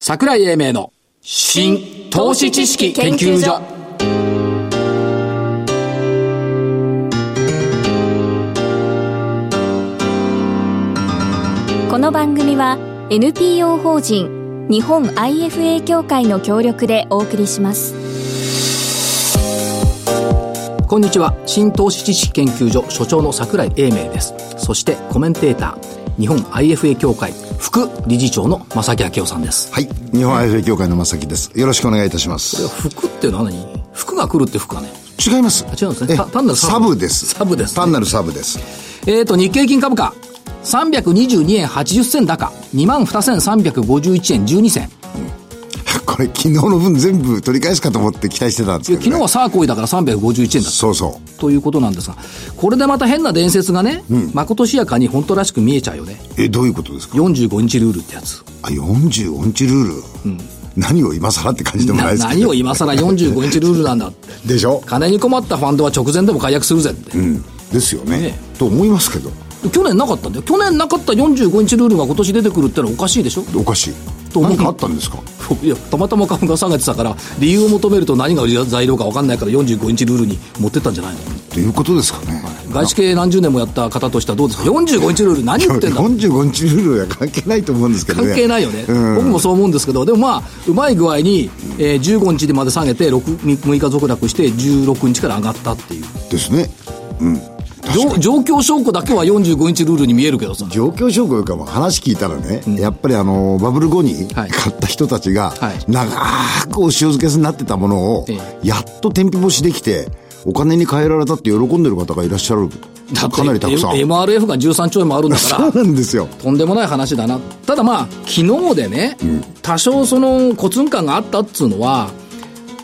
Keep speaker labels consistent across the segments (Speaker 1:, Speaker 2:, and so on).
Speaker 1: 桜井英明の新投資知識研究所
Speaker 2: この番組は NPO 法人日本 IFA 協会の協力でお送りします
Speaker 1: こんにちは新投資知識研究所所長の桜井英明ですそしてコメンテーター日本 IFA 協会副理事長の正木明夫さんです
Speaker 3: はい。日本 IFA 協会の正木です。よろしくお願いいたしま
Speaker 1: これ
Speaker 3: す
Speaker 1: は。服っていうのは何服が来るって服かね
Speaker 3: 違います。
Speaker 1: 違うんですね
Speaker 3: え
Speaker 1: た単なるサ
Speaker 3: サ
Speaker 1: ブ
Speaker 3: ブです。
Speaker 1: サブですね
Speaker 3: 単なるサブです。
Speaker 1: えーと、日経平均株価、322円80銭高、22,351円12銭。
Speaker 3: これ昨日の分全部取り返すかと思って期待してたんです
Speaker 1: い
Speaker 3: け
Speaker 1: や昨
Speaker 3: ど、ね。
Speaker 1: 日はサーコイだから351円だっ
Speaker 3: そうそ
Speaker 1: たということなんですが、これでまた変な伝説がね、まことしやかに本当らしく見えちゃうよね。
Speaker 3: う。え、どういうことですか
Speaker 1: 45日ルールってやつ。
Speaker 3: あ、45日ルール。何を今更って感じでもない
Speaker 1: な
Speaker 3: ですけど。
Speaker 1: 何を今更45日ルールなんだ。
Speaker 3: でしょ
Speaker 1: 金に困ったファンドは直前でも解約するぜって。
Speaker 3: うん。ですよね。
Speaker 1: ね
Speaker 3: と思いますけど。
Speaker 1: 去年なかったんだよ。去年なかった45日ルールが今年出てくるってのはおかしいでしょ
Speaker 3: おかしい。
Speaker 1: と思う
Speaker 3: 何かあったんですか
Speaker 1: いやたまたま株が下げてたから理由を求めると何が材料か分かんないから45日ルールに持ってったんじゃないの
Speaker 3: ということですかね。
Speaker 1: 外資系何十年もやった方としてはどうですか45日ルール何言って んだ
Speaker 3: 45日ルールは関係ないと思うんですけど
Speaker 1: 関
Speaker 3: ね。
Speaker 1: 係ないよね、
Speaker 3: うん
Speaker 1: 僕もそう思うんですけどでもまあうまい具合に、えー15日まで下げて 6, 6日続落して16日から上がったっていう
Speaker 3: ですね。うん。
Speaker 1: 状状況証拠だけは45日ルールに見えるけどさ
Speaker 3: 状況証拠よりかも話聞いたらね、やっぱりあのバブル後に
Speaker 1: はい
Speaker 3: 買った人たちが
Speaker 1: はい
Speaker 3: 長くお塩漬けになってたものを
Speaker 1: え
Speaker 3: やっと天日干しできてお金に換えられたって喜んでる方がいらっしゃる
Speaker 1: だって
Speaker 3: かなりたくさん
Speaker 1: MRF が13兆円もあるんだから
Speaker 3: そうなんですよ
Speaker 1: とんでもない話だな。ただまあ、昨日でね、多少そのコツン感があったっつうのは、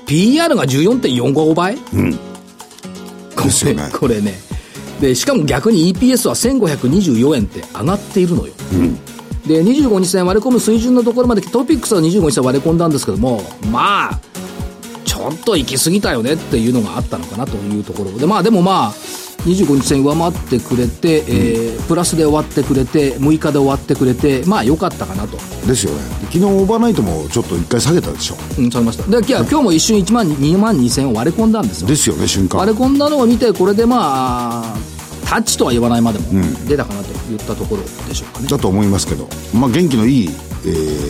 Speaker 1: PR が14.45倍、こ
Speaker 3: です
Speaker 1: れ
Speaker 3: よね
Speaker 1: これね。で、しかも逆に EPS は1524円って上がっているのよ。で、25日線割れ込む水準のところまで来てトピックスは25日線割れ込んだんですけども、まあ、ちょっと行き過ぎたよねっていうのがあったのかなというところで、まあでもまあ、25日線上回ってくれて、えープラスで終わってくれて、6日で終わってくれて、まあ良かったかなと、
Speaker 3: ですよね昨日オーバーナイトもちょっと一回下げたでしょ
Speaker 1: うん、されました。で、いや今日も一瞬1万、2万2000を割れ込んだんですよ。
Speaker 3: ですよね瞬間
Speaker 1: 割れ込んだのを見て、これでまあ、タッチとは言わないまでも、出たかなといったところでしょうかね。
Speaker 3: だと思いますけどまあ元気のいい、え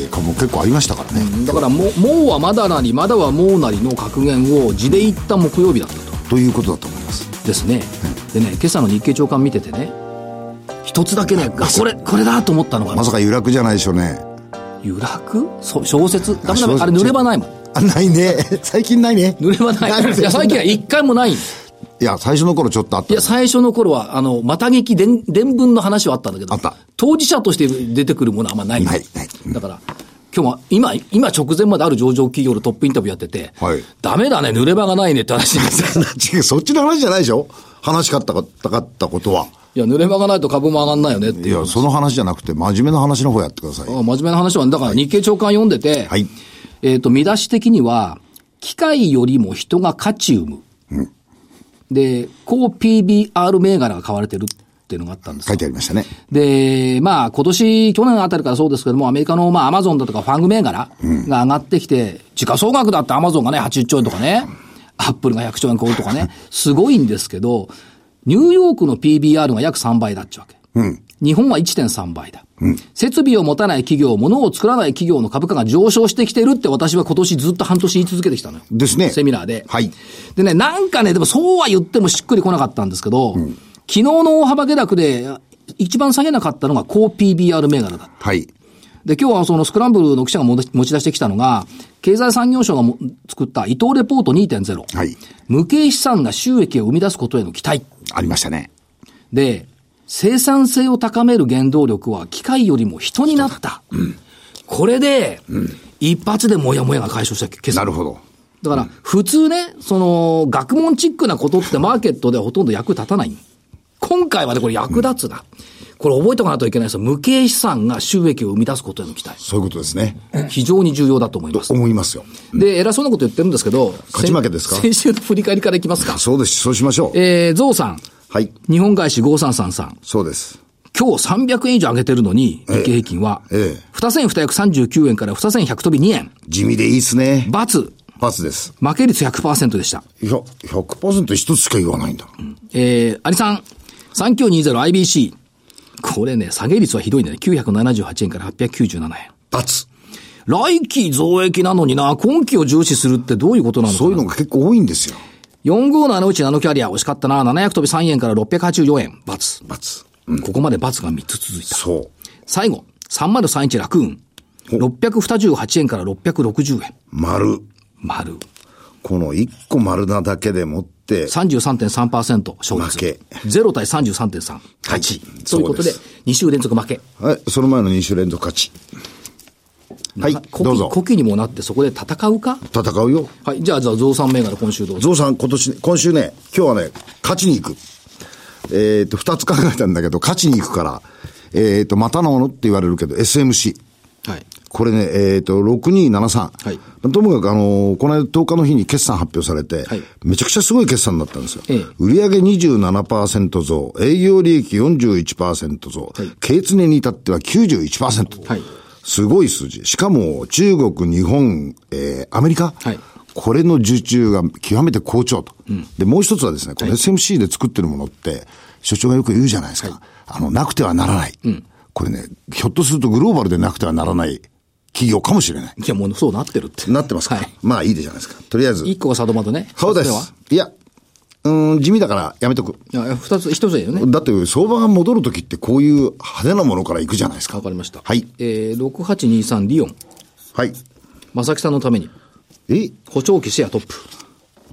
Speaker 3: ー、株も結構ありましたからね、
Speaker 1: だからもう、もうはまだなり、まだはもうなりの格言を地で言った木曜日だったと。
Speaker 3: ということだと思います
Speaker 1: ですね。でね、今朝の日経長官見ててね、一つだけね、あこれ、これだと思ったのが、
Speaker 3: まさか油落じゃないでしょうね
Speaker 1: 油落そう小説。ダメダ
Speaker 3: 小
Speaker 1: メ、
Speaker 3: 説
Speaker 1: あれ濡れ場ないもん。
Speaker 3: あないね最近ないね
Speaker 1: 濡れ場ない。いや、最近は一回もない。い
Speaker 3: いや最初の頃ちょっとあった
Speaker 1: や、最初の頃は、あの、またげき伝、伝聞の話はあったんだけど、
Speaker 3: あった
Speaker 1: 当事者として出てくるものはあんまない。
Speaker 3: ないないうん
Speaker 1: だから、今日は、今、今直前まである上場企業のトップインタビューやってて、
Speaker 3: はい
Speaker 1: ダメだね、濡れ場がないねって話になって
Speaker 3: 違 う、そっちの話じゃないでしょ話しかったかかったことは。
Speaker 1: いや、濡れ場がないと株も上がんないよねって
Speaker 3: い
Speaker 1: いう。
Speaker 3: や、その話じゃなくて、真面目な話の方やってください。
Speaker 1: ああ真面目な話は、だから日経長官読んでて、
Speaker 3: はい
Speaker 1: えっ、と、見出し的には、機械よりも人が価値生む。で、高 PBR 銘柄が買われてるっていうのがあったんです
Speaker 3: 書いてありましたね。
Speaker 1: で、まあ、今年、去年あたりからそうですけども、アメリカの、まあ、アマゾンだとかファング銘柄が上がってきて、時価総額だってアマゾンがね、80兆円とかね、アップルが100兆円超えるとかね、すごいんですけど、ニューヨークの PBR が約3倍だっちゅうわけ。日本は1.3倍だ。設備を持たない企業、物を作らない企業の株価が上昇してきてるって私は今年ずっと半年言い続けてきたのよ。
Speaker 3: ですね
Speaker 1: セミナーで。
Speaker 3: はい
Speaker 1: でね、なんかね、でもそうは言ってもしっくりこなかったんですけど、昨日の大幅下落で、一番下げなかったのが高 PBR 銘柄だった。
Speaker 3: はい。
Speaker 1: で、今日はそのスクランブルの記者が持ち持ち出してきたのが、経済産業省がも作った伊藤レポート2.0。
Speaker 3: はい
Speaker 1: 無形資産が収益を生み出すことへの期待。
Speaker 3: ありましたね。
Speaker 1: で、生産性を高める原動力は機械よりも人になった。これで、一発でモヤモヤが解消したけ
Speaker 3: なるほど。
Speaker 1: だから、普通ね、その、学問チックなことってマーケットではほとんど役立たない。今回はね、これ役立つだ。これ覚えておかないといけないですよ。無形資産が収益を生み出すことへの期待。
Speaker 3: そういうことですね。
Speaker 1: 非常に重要だと思います。
Speaker 3: 思いますよ。
Speaker 1: で、偉そうなこと言ってるんですけど、
Speaker 3: 勝ち負けですか
Speaker 1: 先 先週の振り返りからいきますか。
Speaker 3: そうです。そうしましょう。
Speaker 1: えー、ゾウさん、
Speaker 3: はい。
Speaker 1: 日本外資5333。
Speaker 3: そうです。
Speaker 1: 今日300円以上上げてるのに、日経平均は、
Speaker 3: ええ
Speaker 1: 2239円から2200飛び2円、
Speaker 3: 地味でいいっすね。
Speaker 1: バツ、
Speaker 3: パスです。
Speaker 1: 負け率100%でした。
Speaker 3: いや、100%一つしか言わないんだ。
Speaker 1: えー、アリさん、3920IBC。これね、下げ率はひどいんだね。978円から897円。
Speaker 3: バツ。
Speaker 1: 来期増益なのにな、今期を重視するってどういうことなのかな
Speaker 3: そういうのが結構多いんですよ。
Speaker 1: 457うちナノキャリア惜しかったな。700飛び3円から684円。×。
Speaker 3: バツ。
Speaker 1: ここまで×が3つ続いた。
Speaker 3: そう。
Speaker 1: 最後、3031楽運。628円から660円。
Speaker 3: 丸。
Speaker 1: 丸。
Speaker 3: この一個丸なだけでもって、
Speaker 1: 33.3%勝率。
Speaker 3: 負け
Speaker 1: 0対33.3。
Speaker 3: はい
Speaker 1: 勝ち。ということで
Speaker 3: そうで、
Speaker 1: 2週連続負け。
Speaker 3: はい、その前の2週連続勝ち。はい、
Speaker 1: こ
Speaker 3: どうぞ。
Speaker 1: 古希にもなってそこで戦うか
Speaker 3: 戦うよ。
Speaker 1: はい。じゃあ、じゃあ、増産銘柄今週どうぞ。
Speaker 3: ゾウさん、今年、今週ね、今日はね、勝ちに行く。えっ、と、二つ考えたんだけど、勝ちに行くから、えっ、と、またのものって言われるけど、SMC。
Speaker 1: はい。
Speaker 3: これね、えっ、と、6273。
Speaker 1: はい
Speaker 3: ともかく、あのーこの間10日の日に決算発表されて、
Speaker 1: はい
Speaker 3: めちゃくちゃすごい決算だったんですよ。
Speaker 1: ええ
Speaker 3: 売上27%増、営業利益41%増、
Speaker 1: はい
Speaker 3: 経営に至っては91%。
Speaker 1: はい
Speaker 3: すごい数字。しかも、中国、日本、えーアメリカ。
Speaker 1: はい
Speaker 3: これの受注が極めて好調と。で、もう一つはですね、この SMC で作ってるものって、所長がよく言うじゃないですか。あの、なくてはならない。これね、ひょっとするとグローバルでなくてはならない企業かもしれない。
Speaker 1: いや、もうそうなってるって。
Speaker 3: なってますか、
Speaker 1: はい。
Speaker 3: まあいいでじゃないですか。とりあえず、
Speaker 1: 1個がサドマとね。
Speaker 3: 顔で
Speaker 1: 二つは
Speaker 3: す。いや、うーん、地味だからやめとく。
Speaker 1: いや、2つ、1つだよね。
Speaker 3: だって、相場が戻るときってこういう派手なものから行くじゃないですか。
Speaker 1: わかりました。
Speaker 3: はい。
Speaker 1: えー、6823リオン。
Speaker 3: はい。
Speaker 1: 正木さんのために。
Speaker 3: え
Speaker 1: 補聴器シェアトップ。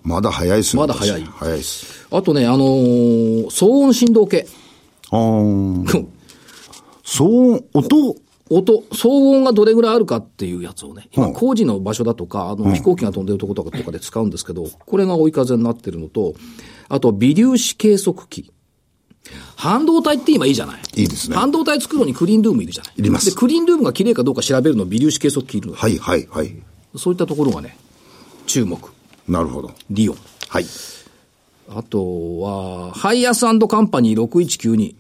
Speaker 3: まだ早いっすね。
Speaker 1: まだ早い
Speaker 3: 私早いっす。
Speaker 1: あとね、あのー騒音振動計。
Speaker 3: あー。そう、音、
Speaker 1: 音、騒音がどれぐらいあるかっていうやつをね、今
Speaker 3: うん
Speaker 1: 工事の場所だとか、あの、飛行機が飛んでるとことかとかで使うんですけど、これが追い風になってるのと、あと、微粒子計測器。半導体って今いいじゃない
Speaker 3: いいですね
Speaker 1: 半導体作るのにクリーンルームいるじゃない
Speaker 3: いります
Speaker 1: で、クリーンルームが綺麗かどうか調べるの微粒子計測器いるの。
Speaker 3: はいはいはい。
Speaker 1: そういったところがね、注目。
Speaker 3: なるほど。
Speaker 1: リオン。
Speaker 3: はい。
Speaker 1: あとは、ハイアスカンパニー6192。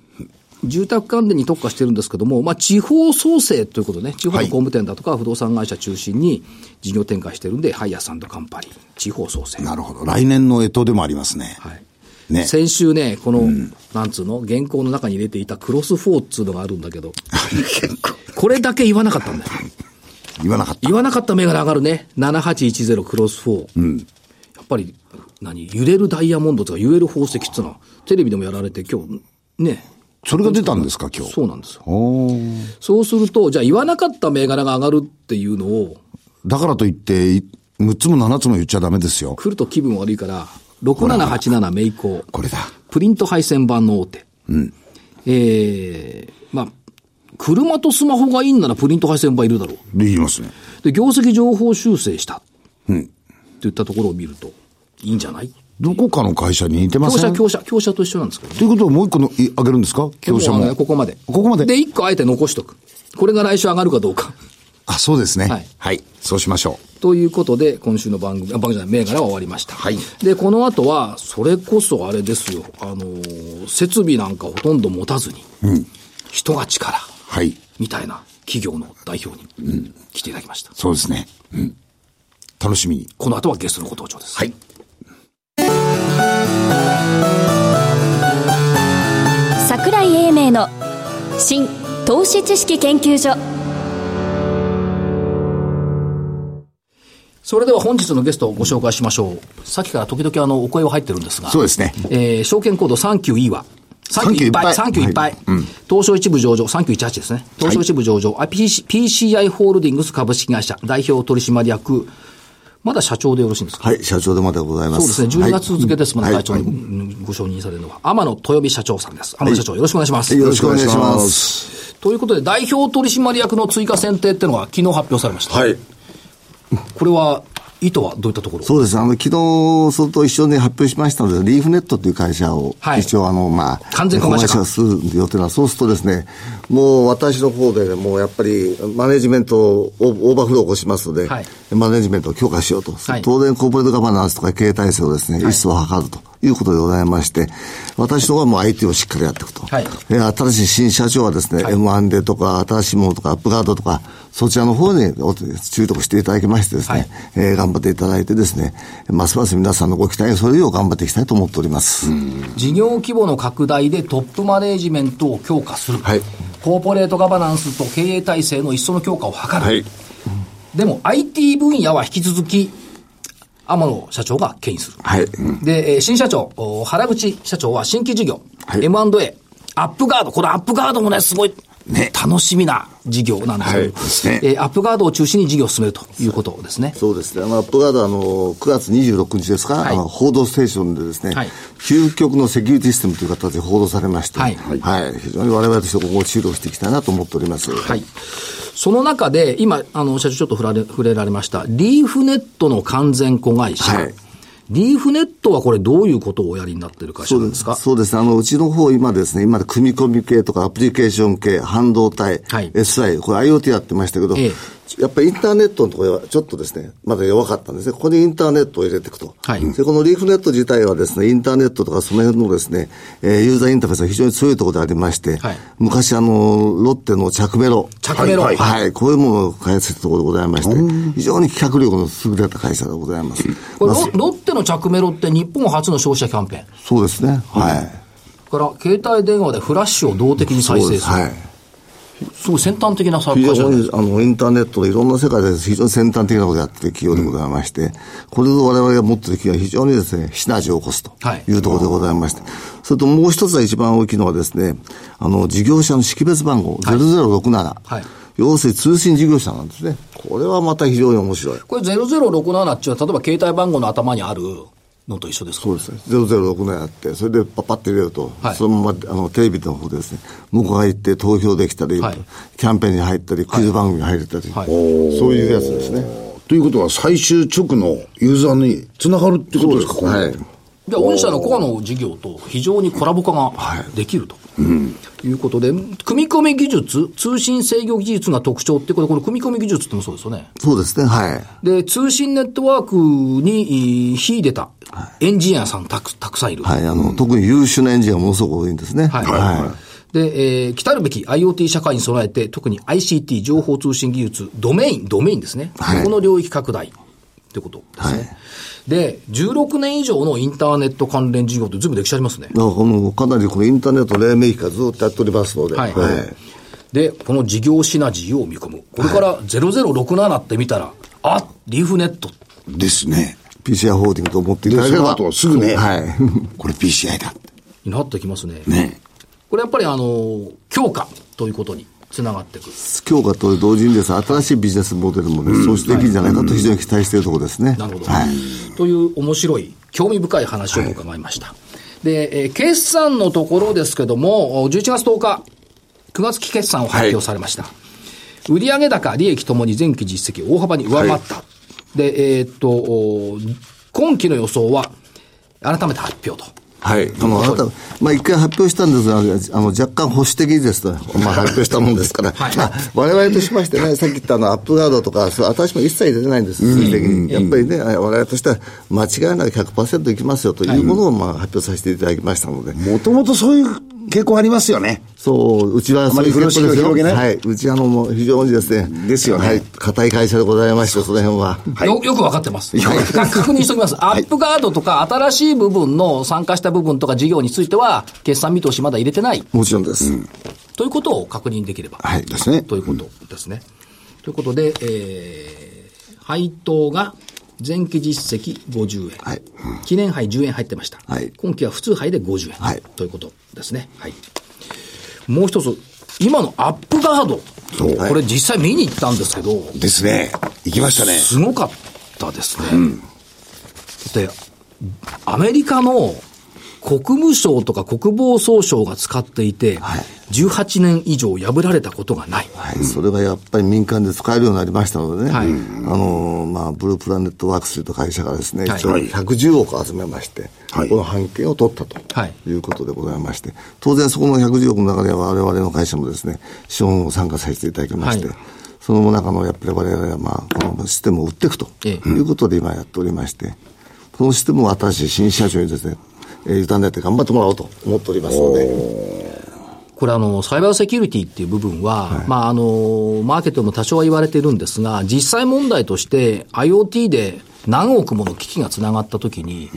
Speaker 1: 住宅関連に特化してるんですけども、まあ、地方創生ということね、地方の工務店だとか、不動産会社中心に事業展開してるんで、ハイアスカンパニー、地方創生。
Speaker 3: なるほど。来年の干支でもありますね。
Speaker 1: はい
Speaker 3: ね
Speaker 1: 先週ね、この、なんつうの、原稿の中に入れていたクロス4っつうのがあるんだけど、
Speaker 3: 結構。
Speaker 1: これだけ言わなかったんだよ。
Speaker 3: 言わなかった。
Speaker 1: 言わなかった銘柄上がるね。7810クロス4。やっぱり、何揺れるダイヤモンドとか揺れる宝石っつうのは、テレビでもやられて今日、ね。
Speaker 3: それが出たんですか、今日。
Speaker 1: そうなんですよ。
Speaker 3: おー
Speaker 1: そうすると、じゃあ言わなかった銘柄が上がるっていうのを、
Speaker 3: だからといって、い6つも7つも言っちゃダメですよ。
Speaker 1: 来ると気分悪いから、6787名工。
Speaker 3: これだ。
Speaker 1: プリント配線版の大手。えー、まあ、車とスマホがいいんならプリント配線版いるだろう。
Speaker 3: で、言いますね。
Speaker 1: で、業績情報修正した。っていったところを見ると、いいんじゃない
Speaker 3: どこかの会社に似てま
Speaker 1: 強
Speaker 3: せ
Speaker 1: 者、
Speaker 3: ん
Speaker 1: 強者、強者と一緒なんですけどね。
Speaker 3: ということをもう一個の、いあげるんですか強者
Speaker 1: であ
Speaker 3: も。
Speaker 1: のここまで。
Speaker 3: ここまで。
Speaker 1: で、一個あえて残しとく。これが来週上がるかどうか。
Speaker 3: あ、そうですね。
Speaker 1: は
Speaker 3: はいい。そうしましょ
Speaker 1: ということで、今週の番組、あ番組じゃない、銘柄は終わりました。
Speaker 3: はい
Speaker 1: で、この後は、それこそあれですよ、あのー設備なんかほとんど持たずに、人が力、
Speaker 3: う。はい。
Speaker 1: みたいな企業の代表に来ていただきました。
Speaker 3: そうですね。うん。楽しみに。
Speaker 1: この後はゲストのご登場です。
Speaker 3: はい。
Speaker 2: 桜井英明の新投資知識研究所
Speaker 1: それでは本日のゲストをご紹介しましょう。さっきから時々あの、お声は入ってるんですが。
Speaker 3: そうですね
Speaker 1: えー証券コード 39E は、39いっぱい、
Speaker 3: 39
Speaker 1: 39いっぱい。東証一部上場、3918ですね。東証一部上場、あ PC PCI ホールディングス株式会社、代表取締役、まだ社長でよろしいんですか
Speaker 4: はい、社長でまでございま
Speaker 1: そう
Speaker 4: す。
Speaker 1: ですね。12月付けですもんね、
Speaker 4: はい
Speaker 1: 会長に
Speaker 4: はい
Speaker 1: うんご承認されるのは。天野豊美社長さんです。天野社長、よろしくお願いします。
Speaker 4: よろしくお願いしま。
Speaker 3: よろしくお願いします
Speaker 1: ということで、代表取締役の追加選定っていうのが昨日発表されました。
Speaker 4: はい。
Speaker 1: これは、意図はどういったところ
Speaker 4: そうですね。あの、昨日、それと一緒に発表しましたので、リーフネットという会社を、
Speaker 1: はい
Speaker 4: 一応、あの、まあ、
Speaker 1: 完全子会社化
Speaker 4: 子する予定な、そうするとですね、もう私の方で、もうやっぱり、マネジメントをオーオーバーフローを起こしますので、
Speaker 1: はい
Speaker 4: マネジメントを強化しようと。
Speaker 1: はい
Speaker 4: 当然、コーポレートガバナンスとか経営体制をですね、一層図ると。いうことでございまして、私の方はもう IT をしっかりやっていくと。
Speaker 1: はい
Speaker 4: で新しい新社長はですね、M1 でとか、新しいものとか、アップガードとか、そちらの方にお注力していただきましてですね、
Speaker 1: はい
Speaker 4: えー頑張っていただいてですね、ますます皆さんのご期待にそれよう頑張っていきたいと思っております。
Speaker 1: 事業規模の拡大でトップマネージメントを強化する、
Speaker 3: はい
Speaker 1: コーポレートガバナンスと経営体制の一層の強化を図る、
Speaker 3: はい。
Speaker 1: でも IT 分野は引き続き天野社長が牽引する
Speaker 4: はい。
Speaker 1: で、えー新社長、お原口社長は新規事業、
Speaker 3: はい
Speaker 1: M&A、アップガード、このアップガードもね、すごい、
Speaker 3: ね
Speaker 1: 楽しみな事業なんですけど、
Speaker 3: はいですね
Speaker 1: えーアップガードを中心に事業を進めるということですね。
Speaker 4: そうですね。あの、アップガードは、あの、9月26日ですか、
Speaker 1: はい
Speaker 4: あの、報道ステーションでですね、
Speaker 1: はい
Speaker 4: 究極のセキュリティシステムという形で報道されまして、
Speaker 1: はい
Speaker 4: はい。非常に我々としてここを注力していきたいなと思っております。
Speaker 1: はい。その中で、今、あの、社長ちょっと触れ触れられました、リーフネットの完全子会社。
Speaker 4: はい
Speaker 1: リーフネットはこれどういうことをおやりになっている会社なんですか
Speaker 4: そうですね。あの、うちの方、今ですね、今、組み込み系とか、アプリケーション系、半導体、
Speaker 1: はい
Speaker 4: SI、これ IoT やってましたけど、
Speaker 1: ええ
Speaker 4: やっぱりインターネットのところはちょっとですね、まだ弱かったんですね。ここにインターネットを入れていくと。
Speaker 1: はい
Speaker 4: で、このリーフネット自体はですね、インターネットとかその辺のですね、えーユーザーインターフェースが非常に強いところでありまして、
Speaker 1: はい
Speaker 4: 昔あの、ロッテの着メロ。
Speaker 1: 着メロ
Speaker 4: はい、はいはいこういうものを開発したところでございまして、非常に企画力の優れた会社でございます。
Speaker 1: これ
Speaker 4: まあ
Speaker 1: ロ、ロッテの着メロって日本初の消費者キャンペーン。
Speaker 4: そうですね。はい。
Speaker 1: から、携帯電話でフラッシュを動的に再
Speaker 4: そう
Speaker 1: 生
Speaker 4: です
Speaker 1: る。
Speaker 4: す。はい。
Speaker 1: すごい先端的な会
Speaker 4: 非
Speaker 1: 社
Speaker 4: 常
Speaker 1: です
Speaker 4: にあのインターネットのいろんな世界で非常に先端的なことをやっている企業でございまして、これと我々が持っている企業は非常にですね、シナジーを起こすと
Speaker 1: はい
Speaker 4: いうところでございまして、それともう一つは一番大きいのはですね、あの事業者の識別番号、0067、
Speaker 1: はい
Speaker 4: 要するに通信事業者なんですね。これはまた非常に面白い。
Speaker 1: これ0067っていうのは、例えば携帯番号の頭にあるのと一緒ですか
Speaker 4: そうですね。0067やって、それでパッパッと入れると、
Speaker 1: はい
Speaker 4: そのままあのテレビの方でですね、向こうが行って投票できたり、
Speaker 1: はい
Speaker 4: キャンペーンに入ったり、クイズ番組に入れたり、
Speaker 1: はい
Speaker 4: そういうやつですね。
Speaker 3: ということは最終直のユーザーにつながるってことですか、
Speaker 4: そうです
Speaker 3: この
Speaker 1: じゃあ、御社のコアの事業と非常にコラボ化ができると、い、うことで、組み込み技術、通信制御技術が特徴って、これ、これ組み込み技術ってのもそうですよね。
Speaker 4: そうですね、はい。
Speaker 1: で、通信ネットワークにえー秀でたエンジニアさんたくたくさんいる。
Speaker 4: はい、あの、特に優秀なエンジニアがものすごく多いんですね。
Speaker 1: はいで、えー、来たるべき IoT 社会に備えて、特に ICT、情報通信技術、ドメイン、ドメインですね。
Speaker 4: はい
Speaker 1: ここの領域拡大ってことですね。で、16年以上のインターネット関連事業って全部歴史ありますね。
Speaker 4: だからこのかなりこのインターネット黎明期からずっとやっておりますので、
Speaker 1: はいで、この事業シナジーを見込む。これから0067って見たら、あ、リーフネット。
Speaker 3: ですね。
Speaker 4: PCR ホールディングと思ってい
Speaker 3: で、
Speaker 4: ただ
Speaker 3: そ
Speaker 4: けれ
Speaker 3: の
Speaker 4: ば。
Speaker 3: 後はすぐね、
Speaker 4: はい。
Speaker 3: これ PCI だって。
Speaker 1: になってきますね。
Speaker 3: ね。
Speaker 1: これやっぱりあの、強化ということにつながってくる。
Speaker 4: 強化と同時にですね、新しいビジネスモデルもね、創出できるんじゃないかと非常に期待しているところですね。
Speaker 1: なるほど。
Speaker 4: はい。
Speaker 1: という面白い、興味深い話を伺いました。で、えー決算のところですけども、お11月10日、9月期決算を発表されました。売上高、利益ともに前期実績を大幅に上回った。で、えーっと、お今期の予想は、改めて発表と。
Speaker 4: はい。あの、あなた、まあ、一回発表したんですが、あの、若干保守的ですと、まあ、発表したもんですから、
Speaker 1: はい
Speaker 4: まあ、我々としましてね、さっき言ったあの、アップガードとか、そう私も一切出てないんです、数字的に。やっぱりね、我々としては、間違いなく100%いきますよというものを、まあ、発表させていただきましたので、
Speaker 3: もともとそういう傾向ありますよね。
Speaker 4: そう、うちはそうい
Speaker 3: あ
Speaker 4: う
Speaker 3: まり風呂敷を広げない
Speaker 4: はい、うちはあの、もう非常にですね。
Speaker 3: ですよね
Speaker 4: はい、硬い会社でございまして、その辺は。
Speaker 3: はい
Speaker 1: よよく分かってます。確認しておきます。アップガードとか、新しい部分の参加した部分とか事業については、決算見通しまだ入れてない
Speaker 4: もちろんです。
Speaker 1: ということを確認できれば。
Speaker 3: はい。ですね。
Speaker 1: ということですね。ということで、えー配当が前期実績50円、
Speaker 4: はい
Speaker 1: 記念杯10円入ってました、
Speaker 4: はい
Speaker 1: 今期は普通杯で50円、
Speaker 4: はい
Speaker 1: ということですね、はい、もう一つ、今のアップガード、これ、実際見に行ったんですけど、
Speaker 3: ですね。行きましたね。
Speaker 1: すごかったですね。で、アメリカの国務省とか国防総省が使っていて、
Speaker 4: はい
Speaker 1: 18年以上破られたことがない。
Speaker 4: はい、それがやっぱり民間で使えるようになりましたのでね、
Speaker 1: はい
Speaker 4: あのまあ、ブループラネットワークスという会社がですね、
Speaker 1: はい
Speaker 4: 一応110億集めまして、
Speaker 3: はい
Speaker 4: この判件を取ったと
Speaker 1: はい
Speaker 4: いうことでございまして、当然そこの110億の中では我々の会社もですね、資本を参加させていただきまして、
Speaker 1: はい
Speaker 4: その中のやっぱり我々は、まあ、このシステムを売っていくと
Speaker 1: ええ
Speaker 4: いうことで今やっておりまして、そのシステムを新しい新社長にですね、えー、委ねて頑張ってもらおうと思っておりますので。
Speaker 1: これあの、サイバーセキュリティっていう部分は、まああの、マーケットでも多少は言われてるんですが、実際問題として IoT で何億もの機器がつながったときに、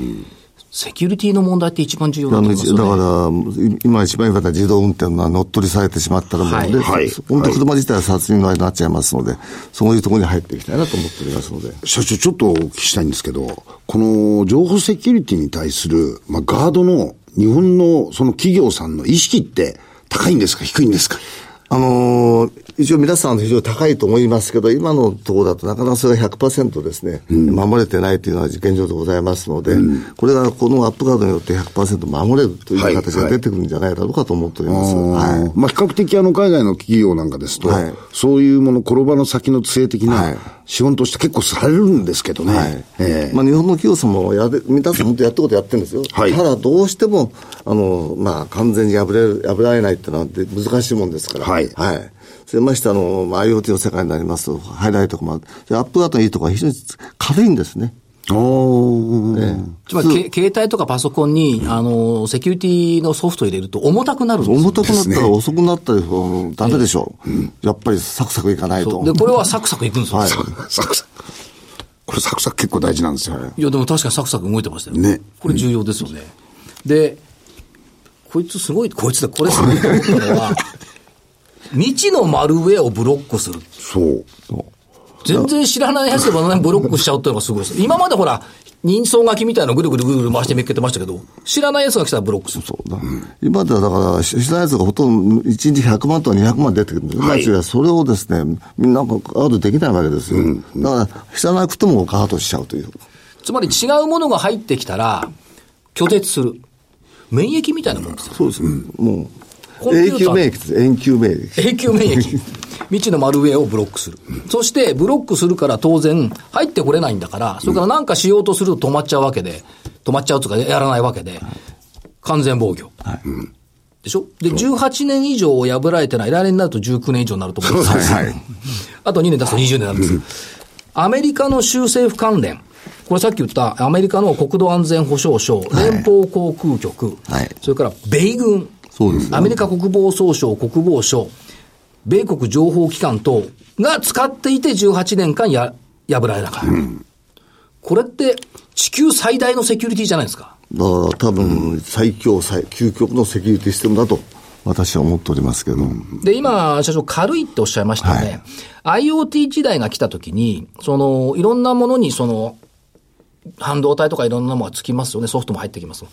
Speaker 1: セキュリティの問題って一番重要だと
Speaker 4: あ
Speaker 1: 思
Speaker 4: の
Speaker 1: いますよね。
Speaker 4: だから、い今一番良かった自動運転のは乗っ取りされてしまったらもう、
Speaker 1: はい
Speaker 4: で、
Speaker 3: はい
Speaker 4: 本当車自体は殺人のあれになっちゃいますので、そういうところに入っていきたいなと思っておりますので。
Speaker 3: 社長、ちょっとお聞きしたいんですけど、この情報セキュリティに対する、まあ、ガードの日本のその企業さんの意識って高いんですか低いんですか
Speaker 4: あのー一応皆さん非常に高いと思いますけど、今のところだとなかなかそれが100%ですね、守れてないというのは現状でございますので、これがこのアップカードによって100%守れるという形が出てくるんじゃないだろうかと思っております。はい
Speaker 3: まあ、比較的あの海外の企業なんかですと、
Speaker 4: はい
Speaker 3: そういうもの、転ばの先の杖的
Speaker 4: は
Speaker 3: ない資本として結構されるんですけどね。
Speaker 4: はい
Speaker 3: ええ
Speaker 4: まあ、日本の企業さんもやで皆さん本当やったことやってるんですよ、
Speaker 3: はい
Speaker 4: ただどうしてもあの、まあ、完全に破れる破られないっていうのはで難しいもんですから、
Speaker 3: はい
Speaker 4: それましてあの、まあ、IoT の世界になりますと、入らないとこもある、でアップアートのいいところは非常に軽いんですね。
Speaker 3: おー
Speaker 1: つまり、け携帯とかパソコンに、あの、セキュリティのソフト入れると重たくなるんですよ
Speaker 4: 重たくなったら遅くなったり、うんダメでしょう、やっぱりサクサクいかないと。
Speaker 1: そうで、これはサクサクいくんですよ。
Speaker 4: はい
Speaker 1: い、
Speaker 3: サクサク。これサクサク結構大事なんですよ。
Speaker 1: や、でも確かにサクサク動いてましたよ
Speaker 3: ね
Speaker 1: これ重要ですよね。で、こいつすごい、こいつだ、これすごいと思ったの は、未知のマルウェアをブロックする。
Speaker 3: そう。
Speaker 1: 全然知らないやつでもねブロックしちゃうっていうのがすごいです。今までほら、人相書きみたいなのぐるぐるぐるぐる回してめっけてましたけど、知らないやつが来たらブロックする。
Speaker 4: そうだ、今ではだから、し知らないやつがほとんど1日100万とか200万出てくるんですよ、
Speaker 3: はい
Speaker 4: まあそれをですね、みんなガードできないわけですよ、だから、知らなくてもガードしちゃうという、
Speaker 1: つまり違うものが入ってきたら、拒絶する。免疫みたいなもんですよ。
Speaker 4: そうです、も
Speaker 1: コン
Speaker 4: う、
Speaker 1: ピュー
Speaker 4: 永
Speaker 1: ター
Speaker 4: 久免疫です、永久免疫。
Speaker 1: 永久免疫。 未知のマルウェアをブロックする。そして、ブロックするから当然、入ってこれないんだから、それから何かしようとすると止まっちゃうわけで、止まっちゃうとか、やらないわけで、完全防御。でしょで、18年以上破られてない。来年になると19年以上になると思うんですよ
Speaker 3: はい。
Speaker 1: あと2年経つと20年になるんですよアメリカの州政府関連。これさっき言ったアメリカの国土安全保障省、連邦航空局、
Speaker 4: はい
Speaker 1: それから米軍、
Speaker 4: そうですね
Speaker 1: アメリカ国防総省、国防省、米国情報機関等が使っていて18年間や破られなかった。これって地球最大のセキュリティじゃないですか。
Speaker 4: だから多分最強最究極のセキュリティシステムだと私は思っておりますけど、
Speaker 1: で、今、社長、軽いっておっしゃいましたよね。IoT 時代が来たときに、その、いろんなものに、その、半導体とかいろんなものがつきますよね。ソフトも入ってきます。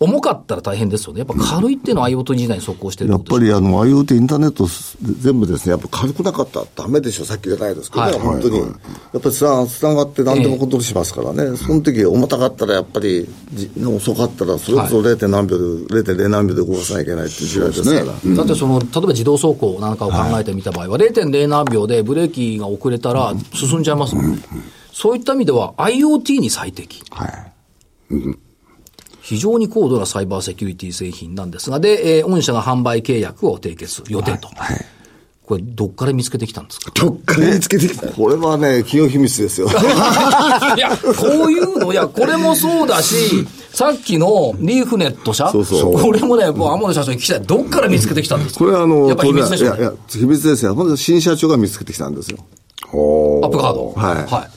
Speaker 1: 重かったら大変ですよね。やっぱ軽いっていうのは IoT 時代に即効してる
Speaker 4: や
Speaker 1: っ
Speaker 4: って
Speaker 1: こと
Speaker 4: ぱ
Speaker 1: です
Speaker 4: りあの IoT インターネットす全部ですねやっぱ軽くなかったらダメでしょさっきじゃないですけどね、
Speaker 1: はい
Speaker 4: 本当に、やっぱりつなつながって何でもコントロールしますからね、その時重たかったらやっぱりじ遅かったらそれこそ 0. 何秒で、0.0何秒で動かさなきゃいけないっていう時代ですから
Speaker 3: そうですね
Speaker 1: だってその、例えば自動走行なんかを考えてみた場合は、0.0何秒でブレーキが遅れたら進んじゃいますもんね。そういった意味では IoT に最適。
Speaker 4: はい
Speaker 1: 非常に高度なサイバーセキュリティ製品なんですが、で、えー御社が販売契約を締結する予定と。これ、どっから見つけてきたんですか
Speaker 3: どっかでつけてきた。
Speaker 4: これはね企業秘密ですよ
Speaker 1: いや、こういうの、いや、これもそうだ し、さっきのリーフネット社、
Speaker 4: そうそう
Speaker 1: これもね、もう天野社長に聞きたい。どっから見つけてきたんですか
Speaker 4: これはあの
Speaker 1: やっぱ秘密でしょう
Speaker 4: いや
Speaker 1: ね
Speaker 4: い。や秘密ですよほんと新社長が見つけてきたんですよ
Speaker 3: お
Speaker 1: アップカード。
Speaker 4: はい
Speaker 1: はい。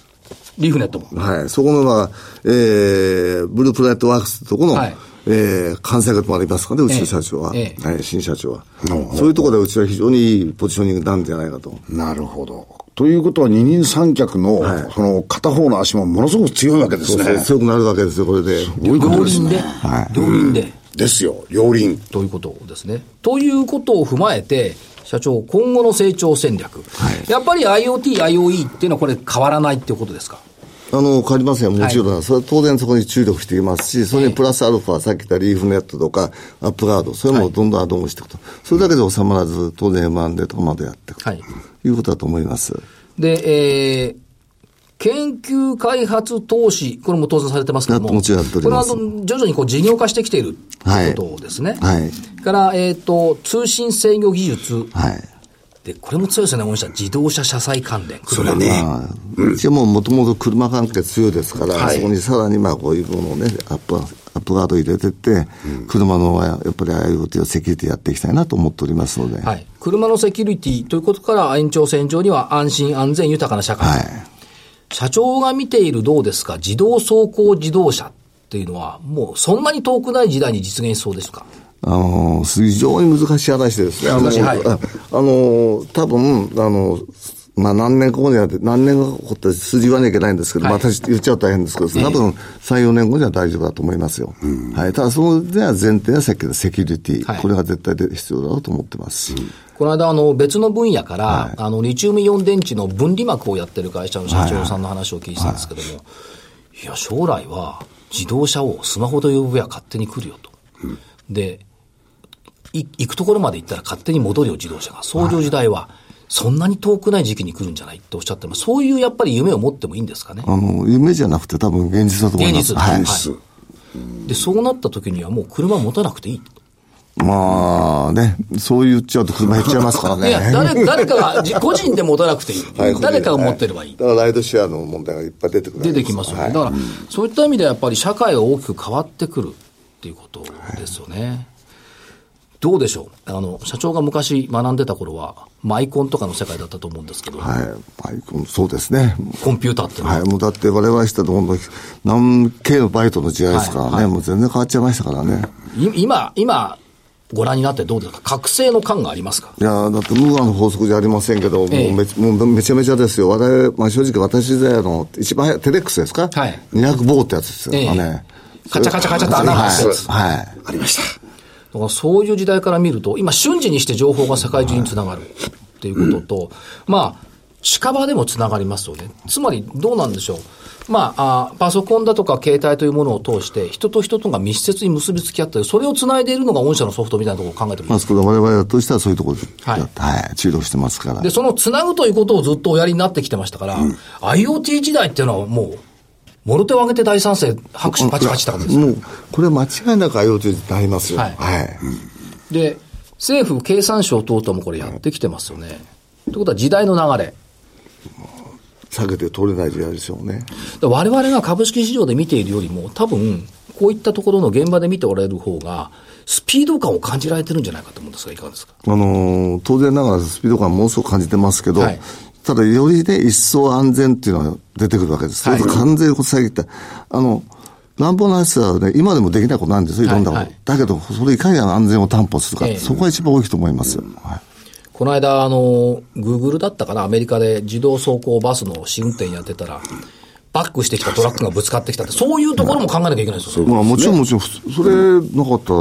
Speaker 1: リーフネットも。
Speaker 4: はい。そこの、まあ、えー、ブループラネットワークスってとこの、
Speaker 1: はい
Speaker 4: えー、関西学もありますからね、うちの社長は。
Speaker 1: ええ
Speaker 4: はい、新社長は
Speaker 3: う。ん
Speaker 4: そういうところでうちは非常にいいポジショニングなんじゃないかと。
Speaker 3: なるほど。ということは二人三脚の、
Speaker 4: はい
Speaker 3: その片方の足もものすごく強いわけです
Speaker 4: そう
Speaker 3: ね。
Speaker 4: そう強くなるわけですよ、これで。
Speaker 3: どういうこと
Speaker 1: 両
Speaker 3: です
Speaker 1: 輪で
Speaker 3: ね。。
Speaker 1: 両輪で。
Speaker 3: ですよ、両輪。
Speaker 1: ということですね。ということを踏まえて、社長、今後の成長戦略。やっぱり IoT、IoE っていうのはこれ変わらないっていうことですか
Speaker 4: あの、変わりませんよ、もちろん。それは当然そこに注力していますし、それにプラスアルファ、さっき言ったリーフネットとか、アップガード、それもどんどんアドオンしていくと。それだけで収まらず、当然 M&A とかまでやっていくと
Speaker 1: はい
Speaker 4: いうことだと思います。
Speaker 1: で、えー研究開発投資、これも当然されてますけども、
Speaker 4: もちろんやっております
Speaker 1: これはあの徐々にこう事業化してきていると
Speaker 4: はい
Speaker 1: いうことですね。
Speaker 4: はい
Speaker 1: から、えっ、と、通信制御技術、
Speaker 4: はい。
Speaker 1: で、これも強いですよね、御社。自動車車載関連。
Speaker 3: それはね、
Speaker 4: まあ、うちはもうもともと車関係強いですから、そこにさらにまあこういうものをね、アップ、アップガード入れてって、車のやっぱり IoT をセキュリティやっていきたいなと思っておりますので、
Speaker 1: はい。車のセキュリティということから延長線上には安心安全豊かな社会。
Speaker 4: はい
Speaker 1: 社長が見ているどうですか、自動走行自動車っていうのは、もうそんなに遠くない時代に実現しそうですか
Speaker 4: あの非常に難しい話ですね。
Speaker 1: 難しい
Speaker 4: あの
Speaker 1: はい
Speaker 4: ああの多分、あの、まあ、何年か後には、何年か後って数字言わなきゃいけないんですけど、
Speaker 1: はい
Speaker 4: また言っちゃうと大変ですけど、多分、3、4年後には大丈夫だと思いますよ。はい。ただ、そのでは前提はセキュセキュリティ、
Speaker 1: はい
Speaker 4: これが絶対で必要だろうと思ってます。
Speaker 1: この間、あの、別の分野から、あの、リチウムイオン電池の分離膜をやってる会社の社長さんの話を聞いてたんですけども、いや、将来は自動車をスマホと呼ぶや勝手に来るよと。で、い行くところまで行ったら勝手に戻るよ、自動車が。そういう時代は、そんなに遠くない時期に来るんじゃないっておっしゃってます。そういうやっぱり夢を持ってもいいんですかね。
Speaker 4: あの、夢じゃなくて多分現実だと思います。
Speaker 1: 現実
Speaker 4: はい
Speaker 1: 現実で、そうなった時にはもう車持たなくていい。
Speaker 4: まあね、そう言っちゃうと車減っちゃいますからね。
Speaker 1: いや、誰、誰かが、じ個人で持たなく ていい。
Speaker 4: はい
Speaker 1: 誰かが持ってればいい。
Speaker 4: だからライドシェアの問題がいっぱい出てくるわけ
Speaker 1: 出
Speaker 4: で
Speaker 1: てきますよね。
Speaker 4: はい
Speaker 1: だから、そういった意味ではやっぱり社会が大きく変わってくるっていうことですよね。どうでしょうあの、社長が昔学んでた頃は、マイコンとかの世界だったと思うんですけど、
Speaker 4: はい。はいこの、そうですね。
Speaker 1: コンピューターっていうのは
Speaker 4: はい。もうだって我々したと本当に何 K のバイトの時代ですからね、もう全然変わっちゃいましたからね。
Speaker 1: い今、今、ご覧になってどうですか覚醒の感がありますか
Speaker 4: いやだってムーアの法則じゃありませんけど、もう
Speaker 1: ええ
Speaker 4: めもうめちゃめちゃですよ。我々、まあ正直私時代の一番早い、テレックスですか
Speaker 1: はい
Speaker 4: 200棒ってやつですよ、
Speaker 1: ええ
Speaker 4: あね。
Speaker 1: カチャカチャカチャって穴が開くやつ
Speaker 4: はい。はい
Speaker 3: ありました。
Speaker 1: だからそういう時代から見ると、今瞬時にして情報が世界中につながるっていうことと、まあ、近場でもつながりますよね。つまりどうなんでしょう。まあ、あパソコンだとか携帯というものを通して、人と人とが密接に結びつき合ってる、それをつないでいるのが御社のソフトみたいなところを考えて
Speaker 4: ま
Speaker 1: ま
Speaker 4: あ、
Speaker 1: す。
Speaker 4: そこで我々としてはそういうところで、
Speaker 1: はい
Speaker 4: はい、注力してますから。
Speaker 1: で、そのつなぐということをずっとおやりになってきてましたから、IoT 時代っていうのはもう、もろ手を挙げて大賛成、拍手パチパチって感じです。
Speaker 4: もう、これは間違いなく IoT になりますよ。
Speaker 1: はい
Speaker 4: はい
Speaker 1: で、政府経産省等々もこれやってきてますよね。ということは時代の流れ。
Speaker 4: 避けて通れない時代でしょうね。
Speaker 1: 我々が株式市場で見ているよりも、多分、こういったところの現場で見ておられる方が、スピード感を感じられてるんじゃないかと思うんですが、いかがですか
Speaker 4: あのー当然ながらスピード感ものすごく感じてますけど、
Speaker 1: はい
Speaker 4: ただよりね、一層安全っていうのが出てくるわけです。
Speaker 1: はい
Speaker 4: それと完全にこう遮った。あの、乱暴な話はね、今でもできないことなんですよ、いろんなこと。
Speaker 1: はいはい
Speaker 4: だけど、それいかに安全を担保するか、
Speaker 1: ええ
Speaker 4: そこが一番大きいと思いますよ。はい
Speaker 1: この間、あの、グーグルだったかな、アメリカで自動走行バスの試運転やってたら、バックしてきたトラックがぶつかってきたって、そういうところも考えなきゃいけないですよね。
Speaker 4: まあ、もちろん、もちろん、ふそれなかった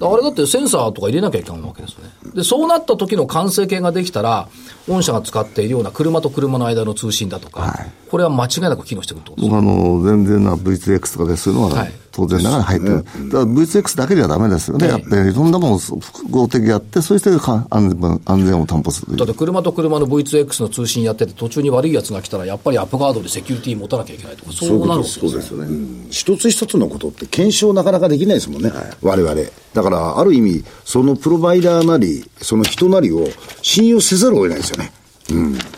Speaker 4: ら、
Speaker 1: あれだってセンサーとか入れなきゃいけないわけですよね。で、そうなった時の完成形ができたら、御社が使っているような車と車の間の通信だとか、
Speaker 4: はい
Speaker 1: これは間違いなく機能してくるってことですよね
Speaker 4: 僕あの、全然な V2X とかでそういうの
Speaker 1: は
Speaker 4: はい当然ながら入ってる。だから V2X だけじゃダメですよね。
Speaker 1: ええ
Speaker 4: やっぱりいろんなものを複合的にやって、そしてか安全安全を担保すると
Speaker 1: だ
Speaker 4: い
Speaker 1: っ
Speaker 4: う。
Speaker 1: て車と車の V2X の通信やってて途中に悪いやつが来たらやっぱりアップガードでセキュリティ持たなきゃいけないとかそうなるわけですよね
Speaker 4: すよね。
Speaker 3: 一つ一つのことって検証なかなかできないですもんね、我々。だから、ある意味、そのプロバイダーなり、その人なりを信用せざるを得ないですよね。
Speaker 1: だか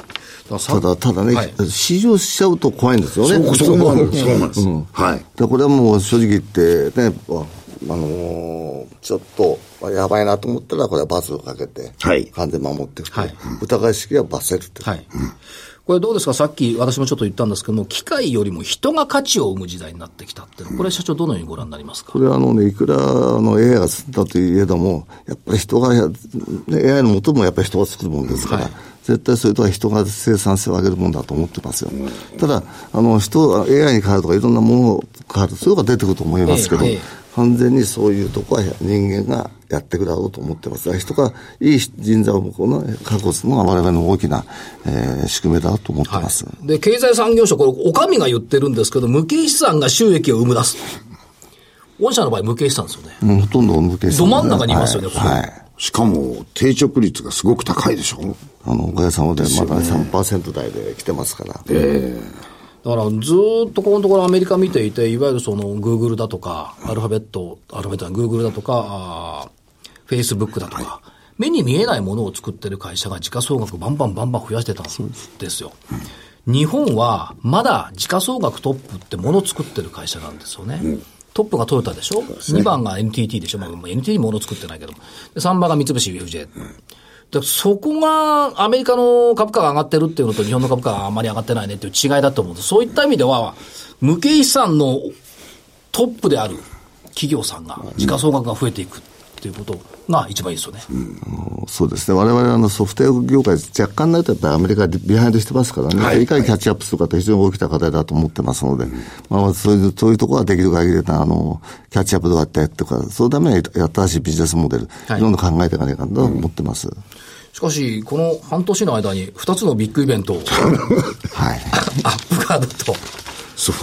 Speaker 1: らさ
Speaker 4: ただ、ただね、
Speaker 1: はい
Speaker 4: 試乗しちゃうと怖いんですよね。
Speaker 3: そうそこ
Speaker 4: も
Speaker 3: もあるそうなんです。はい。
Speaker 4: でこれはもう正直言って、ね、ああのーちょっと、まあやばいなと思ったら、これは罰をかけて、
Speaker 3: はい
Speaker 4: 完全に守っていくと。
Speaker 1: はい
Speaker 4: 疑い式は罰せるって。
Speaker 1: はいこれどうですかさっき私もちょっと言ったんですけども機械よりも人が価値を生む時代になってきたっていうのこれ社長どのようにご覧になりますか
Speaker 4: これはあのね、いくらあの AI が進んだといえども、やっぱり人がや、ね、AI のもともやっぱり人が作るもんですから、
Speaker 1: はい
Speaker 4: 絶対それとは人が生産性を上げるもんだと思ってますよ。ただ、あの人、AI に変わるとかいろんなものを変わる、そういうのが出てくると思いますけど、
Speaker 1: ええええ
Speaker 4: 完全にそういうとこは人間がやってくだろうと思ってます。だから人がいい人材をこの確保するのが我々の大きな、えー宿命だと思ってます。
Speaker 1: で経済産業省これお上が言ってるんですけど無形資産が収益を生む出す御社の場合無形資産ですよね
Speaker 4: もうほとんど無形
Speaker 1: ど真ん中にいますよね
Speaker 4: はいはい
Speaker 3: しかも、定着率がすごく高いでしょ
Speaker 4: あの、おかげさまで、まだ3%台で来てますから。
Speaker 1: だからずーっとこのところアメリカ見ていて、いわゆるそのグーグルだとか、アルファベット、アルファベットはグーグルだとか、フェイスブックだとか、目に見えないものを作ってる会社が時価総額バンバンバンバン増やしてたんですよ。日本はまだ時価総額トップってものを作ってる会社なんですよね。トップがトヨタでしょ、?2 番が NTT でしょ、まあ、まあ NTT もの作ってないけど。で3番が三菱 UFJ。でそこがアメリカの株価が上がってるっていうのと日本の株価があまり上がってないねっていう違いだと思うんです。そういった意味では、無形資産のトップである企業さんが、時価総額が増えていくっていうことが一番いいですよね。
Speaker 4: そうですね。我々あのソフトウェア業界、若干なるとやっぱりアメリカでビハインドしてますからね。
Speaker 3: はい
Speaker 4: い、かにキャッチアップするかって非常に大きな課題だと思ってますので、まあ、そういう、そういうところはできる限りの、あの、キャッチアップどうやってやってとか、そのために新しいビジネスモデル、
Speaker 1: はい
Speaker 4: いろんな考えていかないかなと思ってます。
Speaker 1: しかし、この半年の間に2つのビッグイベントを、
Speaker 4: はい。
Speaker 1: アップガードと
Speaker 3: そう。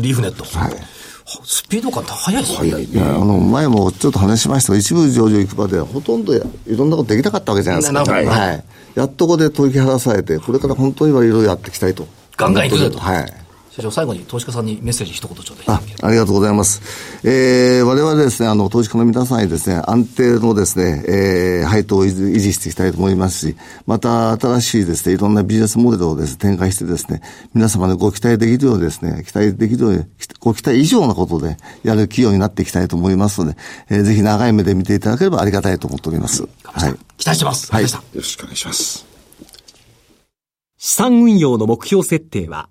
Speaker 1: リーフネット。
Speaker 4: はい
Speaker 1: スピード感高いですね。
Speaker 3: 早い
Speaker 4: いやあ
Speaker 3: ね。
Speaker 4: の前もちょっと話しましたが、一部上場行くまではほとんどやいろんなことできなかったわけじゃないですか、
Speaker 1: な
Speaker 3: るほど
Speaker 4: はい、やっとここで解き放されて、これから本当にはいろいろやっていきたいと、
Speaker 1: ガンガン行くぞと
Speaker 4: はい、
Speaker 1: 社長、最後に投資家さんにメッセージ一言ちょうだいただ
Speaker 4: あ
Speaker 1: ければ。
Speaker 4: ありがとうございます。えー、我々ですね、あの、投資家の皆さんにですね、安定のですね、えー、配当を維持維持していきたいと思いますし、また新しいですね、いろんなビジネスモデルをですね、展開してですね、皆様にご期待できるようにですね、期待できるように、ご期待以上のことでやる企業になっていきたいと思いますので、えー、ぜひ長い目で見ていただければありがたいと思っております。はい。
Speaker 1: 期待してます。
Speaker 4: はい
Speaker 1: 期待して
Speaker 3: よろしくお願いします。
Speaker 5: 資産運用の目標設定は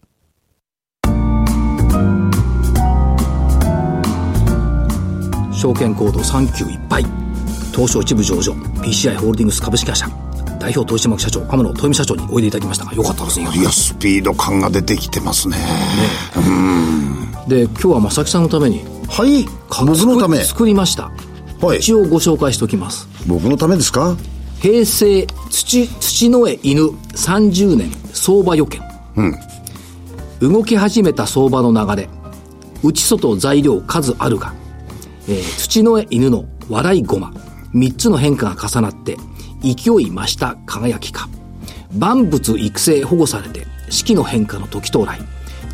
Speaker 1: 証券コード391杯東証一部上場 PCI ホールディングス株式会社代表取締役社長天野豊美社長においでいただきましたがよかったですね
Speaker 3: いや、スピード感が出てきてますね。
Speaker 1: で今日は正木さんのために
Speaker 3: はい。僕のため。
Speaker 1: 作りました、
Speaker 3: はい
Speaker 1: 一応ご紹介しておきます
Speaker 3: 僕のためですか
Speaker 1: 平成土土の絵犬30年相場予見、動き始めた相場の流れ内外材料数あるが、えー土の絵犬の笑いごま3つの変化が重なって勢い増した輝きか万物育成保護されて四季の変化の時到来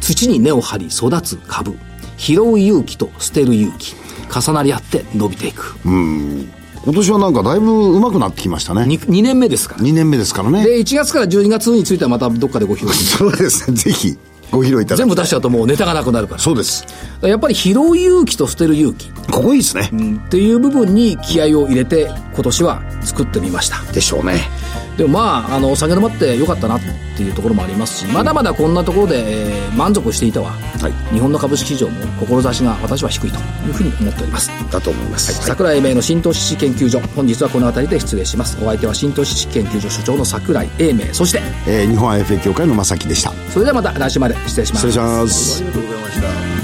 Speaker 1: 土に根を張り育つ株拾う勇気と捨てる勇気重なり合って伸びていく、
Speaker 3: 今年はなんかだいぶ上手くなってきましたね。
Speaker 1: に 2, 年目ですから
Speaker 3: 2年目ですからね。
Speaker 1: で、1月から12月についてはまたどっかでご披露します。
Speaker 3: そうですね。ぜひ、ご披露いただきたい
Speaker 1: 全部出しちゃうともうネタがなくなるから。
Speaker 3: そうです。
Speaker 1: やっぱり拾う勇気と捨てる勇気
Speaker 3: ここいいですね。
Speaker 1: っていう部分に気合を入れて今年は作ってみました。
Speaker 3: でしょうね。
Speaker 1: でもまあ、あの、下げ止まってよかったなっていうところもありますし、まだまだこんなところで、えー満足していては、日本の株式市場も志が私は低いというふうに思っております。
Speaker 3: だと思います。
Speaker 1: 桜井英明の新投資知識研究所、本日はこの辺りで失礼します。お相手は新投資知識研究所所長の桜井英明、そして、
Speaker 3: えー日本 IFA 協会の正木でした。
Speaker 1: それではまた来週まで失礼します。
Speaker 3: 失礼します。
Speaker 1: ありがとうございました。